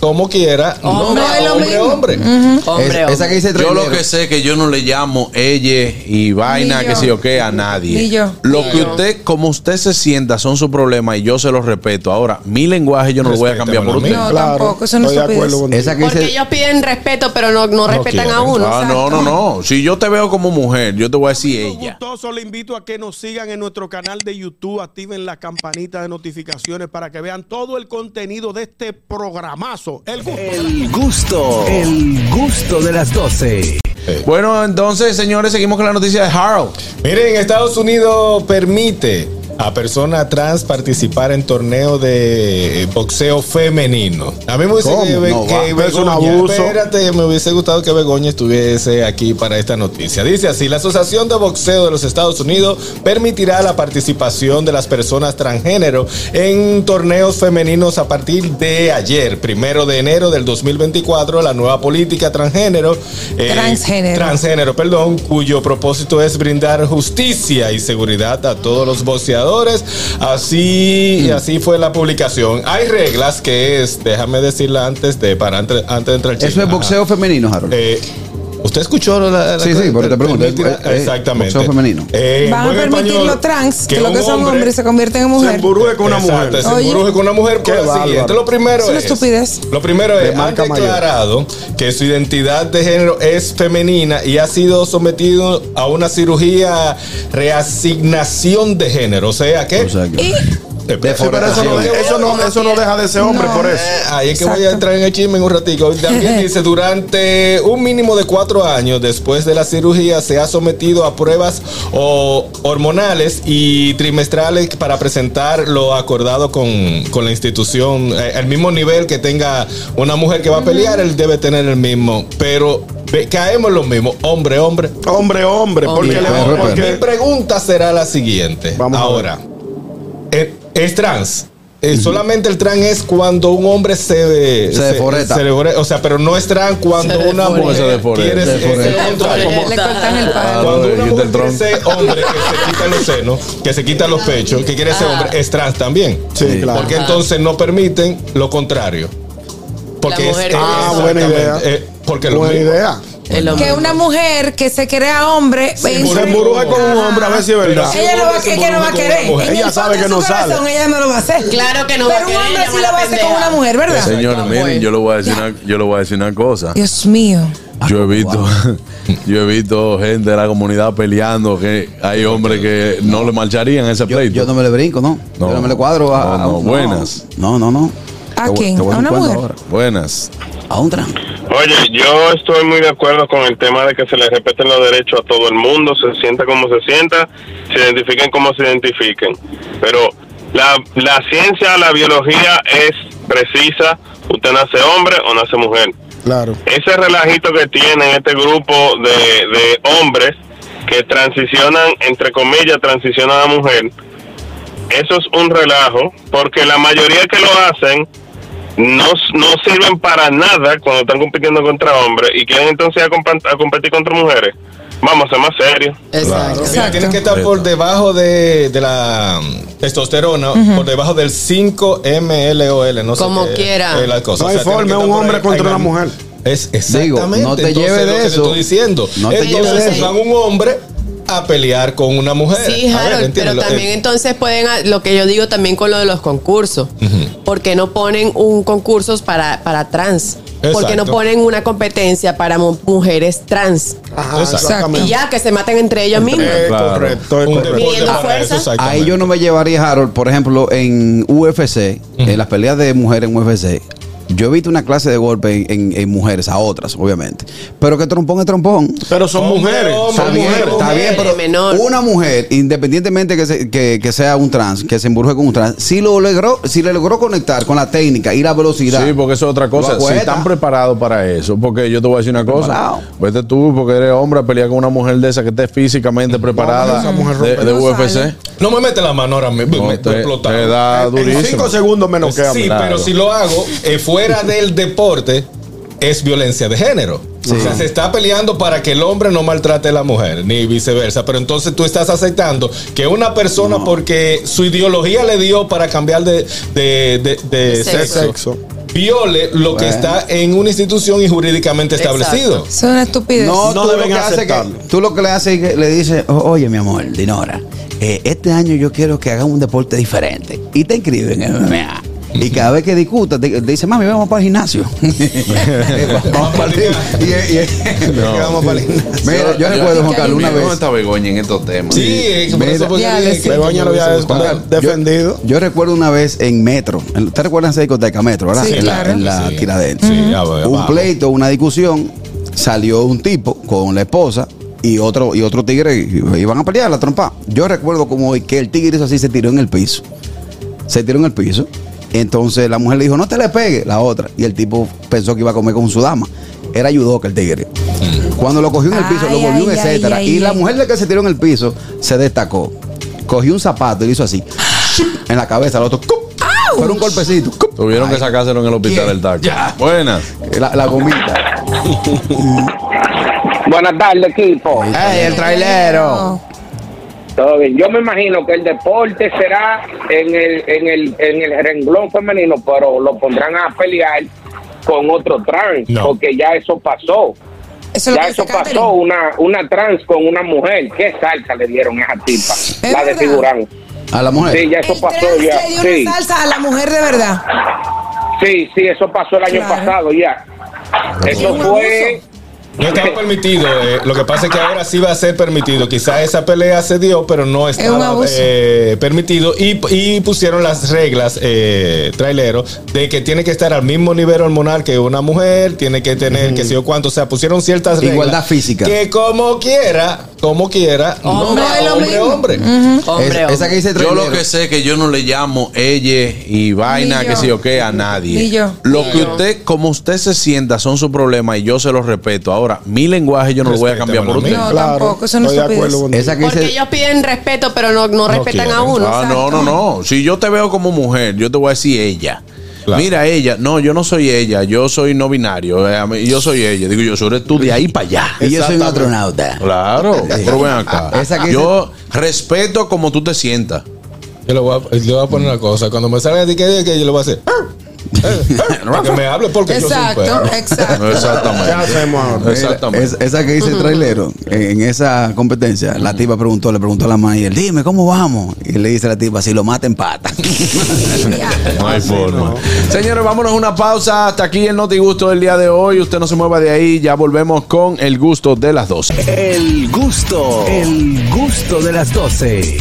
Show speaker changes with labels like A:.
A: como quiera.
B: Hombre,
A: no,
B: es lo
A: hombre,
B: mismo.
A: hombre.
B: Hombre,
C: Es- esa
B: hombre.
C: que dice
D: Yo lo
C: trailero.
D: que sé es que yo no le llamo ella y vaina,
B: Ni
D: que
B: yo.
D: sé yo qué, a nadie.
B: Ni yo.
D: Lo
B: Ni
D: que
B: yo.
D: usted, como usted se sienta, son sus problemas y yo se los respeto. Ahora, mi lenguaje yo no lo voy a cambiar por
A: Respétamelo
D: usted.
A: a mí,
B: No, tampoco, eso no
A: estoy
B: es
A: de acuerdo
B: estupidez.
A: contigo.
C: Esa que
E: Porque
C: dice.
E: ellos piden respeto, pero no, no respetan a
A: quieren.
E: uno.
D: Ah,
E: exacto.
D: no, no, no. Si yo te veo como mujer, yo te voy a decir ella.
F: Gustoso, le invito a que nos sigan en nuestro canal de YouTube, activen la campanita de notificaciones para que vean todo el contenido de este programazo. El gusto.
G: El
C: Oh.
G: gusto, el gusto de las 12.
D: Bueno, entonces, señores, seguimos con la noticia de Harold.
A: Miren, Estados Unidos permite a persona trans participar en torneo de eh, boxeo femenino. A mí me hubiese
C: ¿Cómo?
A: que, Be-
C: No,
A: que
C: va.
A: Begoña-
H: Es un abuso.
A: Espérate, me hubiese gustado que Begoña estuviese aquí para esta noticia. Dice así, la Asociación de Boxeo de los Estados Unidos permitirá la participación de las personas transgénero en torneos femeninos a partir de ayer, primero de enero del 2024, la nueva política transgénero. eh,
B: Transgénero.
A: trans- transgénero, perdón, cuyo propósito es brindar justicia y seguridad a todos los boxeadores. Así,
C: Mm.
A: así fue la publicación. Hay reglas que es, déjame decirla antes de para antes, antes de entrar. al
C: Eso
A: chisme.
C: es boxeo femenino,
A: Ajá.
C: Harold.
A: Eh, ¿Usted escuchó la, la-
C: Sí, sí, porque te pregunto,
A: permitida-
C: eh, eh,
A: Exactamente.
C: boxeo femenino.
A: Eh, en
B: Van a
A: buen
B: permitir
A: español,
B: los trans, que lo
A: un
B: que son
A: hombre-
B: hombres se convierten en
H: Se
B: mujer.
H: emburruje con una
A: Exacto,
H: mujer.
A: se
B: Oye.
A: emburuje con una mujer por
H: Qué
A: lo
H: bárbaro.
A: siguiente. Lo primero
B: Es una
A: es.
B: estupidez.
A: Lo primero
H: De
A: es. Han
H: marca mayor.
A: declarado que su identidad de género es femenina y ha sido sometido a una cirugía reasignación de género. O sea que.
C: O sea que- pues,
B: Y
A: Espera,
C: Sí, pero
H: Eso no, eso no- eso no deja de ser hombre, por eso.
A: eh, Ahí es que voy a
B: Exacto.
A: entrar en el chisme en un ratico. También dice, durante un mínimo de cuatro años después de la cirugía se ha sometido a pruebas o- hormonales y trimestrales para presentar lo acordado con, con la institución. Eh, El mismo nivel que tenga una mujer que va a pelear, él debe tener el mismo. Pero ve- caemos en lo mismo, hombre, hombre.
H: Hombre, hombre, porque, le-
C: perro,
H: porque-
A: Mi pregunta será la siguiente.
H: Vamos a
A: Ahora, eh, es trans. Eh, Solamente el trans es cuando un hombre se
C: Se deforeta.
A: se defore- o sea, pero no es trans cuando
E: Se
A: una
E: deforeta.
A: mujer
D: Se deforeta.
A: quiere
C: Se
A: ser-
C: deforeta.
A: es el contrario.
E: Como-
B: le cortan el
D: Ah,
B: palo.
A: Cuando
D: lo
A: una
D: dijiste
A: mujer
D: el
A: quiere
D: Trump.
A: ser hombre, que se quita los senos, que se quita los pechos, que quiere
E: Ah.
A: ser hombre, es trans también.
H: Sí, claro.
A: Porque entonces no permiten lo contrario. Porque
E: La
A: es,
E: mujer
A: es-
H: Ah, buena idea.
A: exactamente, eh, porque lo
H: Buena
A: mismo.
H: idea.
E: El hombre.
B: Que una mujer que se crea hombre.
H: Se
B: en su-
H: emburuje con un hombre, a ver si es verdad.
A: Pero
B: Ella no va,
A: Se
B: ella no va a
A: emburuje con
B: querer.
A: una mujer.
B: En
H: Ella
B: el
H: sabe
B: fondo
H: que
B: de
H: no
B: su corazón,
H: sale.
B: Ella no lo va a hacer.
E: Claro que no va
B: Pero
E: a
B: un
E: querer,
B: hombre
E: llama
B: sí
E: la
B: lo va a hacer con
E: pendeja.
B: una mujer, ¿verdad?
D: Señores,
B: pues.
D: miren, yo le voy a decir una, yo le voy a decir una cosa.
B: Dios mío.
D: Yo he visto, yo he visto gente de la comunidad peleando que hay hombres que no le marcharían ese
C: Yo,
D: pleito.
C: yo no me le brinco, no.
D: No.
C: Yo no me le cuadro a,
D: No,
C: a
D: no,
C: un-
D: buenas.
C: No, no, no.
B: ¿A
C: Te voy-
B: quién?
C: te voy
B: ¿A una
C: brincando
B: mujer?
C: ahora.
D: Buenas.
C: A un tran.
I: Oye, yo estoy muy de acuerdo con el tema de que se les respeten los derechos a todo el mundo, se sienta como se sienta, se identifiquen como se identifiquen. Pero la, la ciencia, la biología es precisa, usted nace hombre o nace mujer.
H: Claro.
I: Ese relajito que tienen este grupo de, de hombres que transicionan, entre comillas, transicionan a mujer, eso es un relajo, porque la mayoría que lo hacen no, no sirven para nada cuando están compitiendo contra hombres y quieren entonces a, compa- a competir contra mujeres. Vamos a ser más serios.
E: Exacto.
A: Mira, Tienes que estar por debajo de, de la mm, testosterona, por debajo del 5 MLOL, no sé
E: Como
A: qué
E: quiera.
A: es la cosa.
H: No hay
A: tienes que
H: forma,
A: estar
H: un
A: por
H: hombre contra
A: en
H: una mujer.
A: Es
C: Digo,
A: exactamente.
C: no te
A: entonces,
C: lleves
A: lo
C: de
A: que te
C: eso.
A: estoy diciendo.
C: No te
A: entonces
E: lleves de eso.
A: van un hombre a pelear con una mujer.
E: Sí,
A: A ver,
E: Harold, pero
A: entiéndelo.
E: también
A: Eh,
E: entonces pueden, a- lo que yo digo también con lo de los concursos, porque no ponen un concursos para, para trans, porque no
A: Exacto.
E: ponen una competencia para mu- mujeres trans.
H: Ajá,
A: Exacto.
E: Y
H: exactamente.
E: ya que se maten entre ellos mismos.
H: Es
D: Claro.
H: correcto, es
A: un
H: correcto.
A: deporte
E: Midiendo
A: para
E: fuerza.
A: eso, exactamente.
C: Ahí yo no me llevaría, Harold, por ejemplo, en UFC, en eh, las peleas de mujeres en UFC. Yo he visto una clase de golpe en, en- en mujeres, a otras, obviamente. Pero que trompón es trompón.
H: Pero son
A: Hombre,
H: mujeres.
A: hombre,
H: Son
C: Está bien,
H: mujeres.
C: está bien, pero
E: Menor.
C: una mujer, independientemente que, se- que- que sea un trans, que se embruje con un trans, si lo logró, si le logró conectar con la técnica y la velocidad.
D: Sí, porque eso es otra
C: Lo
D: cosa. Si
C: acuesta.
D: están preparados para eso, porque yo te voy a decir una cosa.
C: Preparado.
D: Vete tú, porque eres hombre, a pelear con una mujer de esa que esté físicamente preparada
H: esa mujer
D: de,
H: rompe.
D: de
B: No
D: UFC.
B: sale.
A: No me mete la mano ahora mismo.
D: No,
A: me,
D: te,
A: explota.
D: te da
H: En
D: durísimo.
H: cinco segundos menos que a
A: Sí,
H: mí.
D: Claro.
A: pero si lo hago eh, fuera del deporte, es violencia de género. O sea, se está peleando para que el hombre no maltrate a la mujer, ni viceversa. Pero entonces tú estás aceptando que una persona, porque su ideología le dio para cambiar de, de- de- de
E: De
A: sexo,
H: sexo.
A: viole lo que está en una institución y jurídicamente
E: Exacto.
A: establecido.
B: Eso es una estupidez.
C: No,
H: No
C: tú, lo
H: deben
C: que haces es
H: aceptarlo.
C: que, tú lo que le haces es que le dices, "O- oye, mi amor, Dinora, eh, este año yo quiero que hagan un deporte diferente. Y te inscriben en MMA. Y cada vez que discutas, te, te dice, mami, vamos para el gimnasio. vamos para el gimnasio. Vamos para el gimnasio. Mira, yo recuerdo, Juan Carlos, una
D: ¿Dónde
C: vez.
D: está Begoña en estos temas?
A: Sí, eh, por
C: Mira,
A: eso fue que
B: ya,
A: dije
B: sí.
A: que-
H: Begoña lo había
A: Juan
H: descontado.
A: Carlos,
H: defendido.
C: Yo recuerdo una vez en Metro. en- ¿Ustedes recuerdan esa discoteca Metro, verdad?
B: Sí,
C: en la,
B: claro.
C: en la
A: Sí.
C: Tiradentes.
A: Sí, ya va-
C: un
A: va.
C: pleito, una discusión. Salió un tipo con la esposa y otro, y otro tigre y- y iban a pelear la trompa. Yo recuerdo como hoy que el tigre hizo así, se tiró en el piso. Se tiró en el piso. Entonces la mujer le dijo, no te le pegues, la otra. Y el tipo pensó que iba a comer con su dama. Era que el tigre.
D: Mm.
C: Cuando lo cogió en el piso,
B: Ay,
C: lo volvió un
B: ay, ay,
C: etcétera.
B: ay,
C: y la
B: ay.
C: mujer de que se tiró en el piso se destacó. Cogió un zapato y le hizo así. En la cabeza, al otro. ¡cup! Pero un golpecito. ¡cup!
D: Tuvieron que sacárselo en el hospital
C: ¿Quién?
D: el taco.
C: Ya.
D: Buenas.
C: La, la gomita.
J: Buenas tardes, equipo.
C: ¡Ey, el trailero!
J: Todo bien. Yo me imagino que el deporte será en el, en el, en el renglón femenino, pero lo pondrán a pelear con otro trans,
A: No.
J: porque ya eso pasó.
B: Eso es lo
J: ya
B: que
J: eso
B: dice Catherine.
J: pasó, una, una trans con una mujer. ¿Qué salsa le dieron a esa tipa? la de
B: verdad?
J: figurán.
C: A la mujer.
J: Sí, ya eso
B: El
J: pasó
B: trans
J: ya.
B: le dio
J: Sí,
B: una salsa a la mujer de verdad.
J: sí, sí, eso pasó el año
B: Claro.
J: pasado ya. Eso
B: un
J: fue...
B: abuso.
A: No estaba permitido. eh, Lo que pasa es que ahora sí va a ser permitido. Quizás esa pelea se dio, pero no
B: un
A: estaba
B: abuso.
A: eh, permitido. Y, y pusieron las reglas, eh, trailero, de que tiene que estar al mismo nivel hormonal que una mujer, tiene que tener que sé yo cuánto. O sea, pusieron ciertas reglas.
C: Igualdad física.
A: Que como quiera, como quiera,
E: Hombre,
A: no,
E: es lo
A: hombre,
B: mismo.
A: hombre.
E: Hombre,
C: Esa- esa que dice
D: Yo
C: trailero.
D: lo que sé es que yo no le llamo ella y vaina,
B: Ni
D: que
B: yo.
D: sé yo qué, a nadie.
B: Ni yo.
D: Lo que usted, como usted se sienta, son sus problemas y yo se los respeto. Ahora, mi lenguaje yo no lo voy a cambiar por
A: Respétamelo a
D: usted.
A: mí.
B: No, tampoco, eso no
H: estoy
B: es
H: de acuerdo
B: estupidez.
H: con
C: Esa que
E: Porque
C: dice.
E: ellos piden respeto, pero no, no respetan
A: quieren.
E: a uno.
D: Ah, no, no, no. Si yo te veo como mujer, yo te voy a decir ella.
A: Claro.
D: Mira, ella, no, yo no soy ella, yo soy no binario, eh, a mí- yo soy ella. Digo, yo soy tú de ahí para allá.
C: Y yo soy un
D: Exactamente.
C: astronauta.
D: Claro, pero ven acá.
C: Esa que
D: yo respeto como tú te sientas.
A: Yo le voy, a, yo le voy a poner una cosa. Cuando me salga de que, que yo le voy a hacer. Para que me hable porque yo soy un
B: Exacto,
A: perro.
B: exacto.
D: Exactamente.
H: ¿Qué hacemos ahora?
C: Mira,
D: Exactamente.
C: es- esa que dice el trailero, en en esa competencia, la tipa preguntó, le preguntó a la manager, dime, ¿cómo vamos? Y le dice la tipa, si lo mata, empata.
D: No hay forma. Señores, vámonos a una pausa. Hasta aquí el Noti Gusto del día de hoy. Usted no se mueva de ahí. Ya volvemos con el gusto de las 12.
G: El gusto, el gusto de las 12.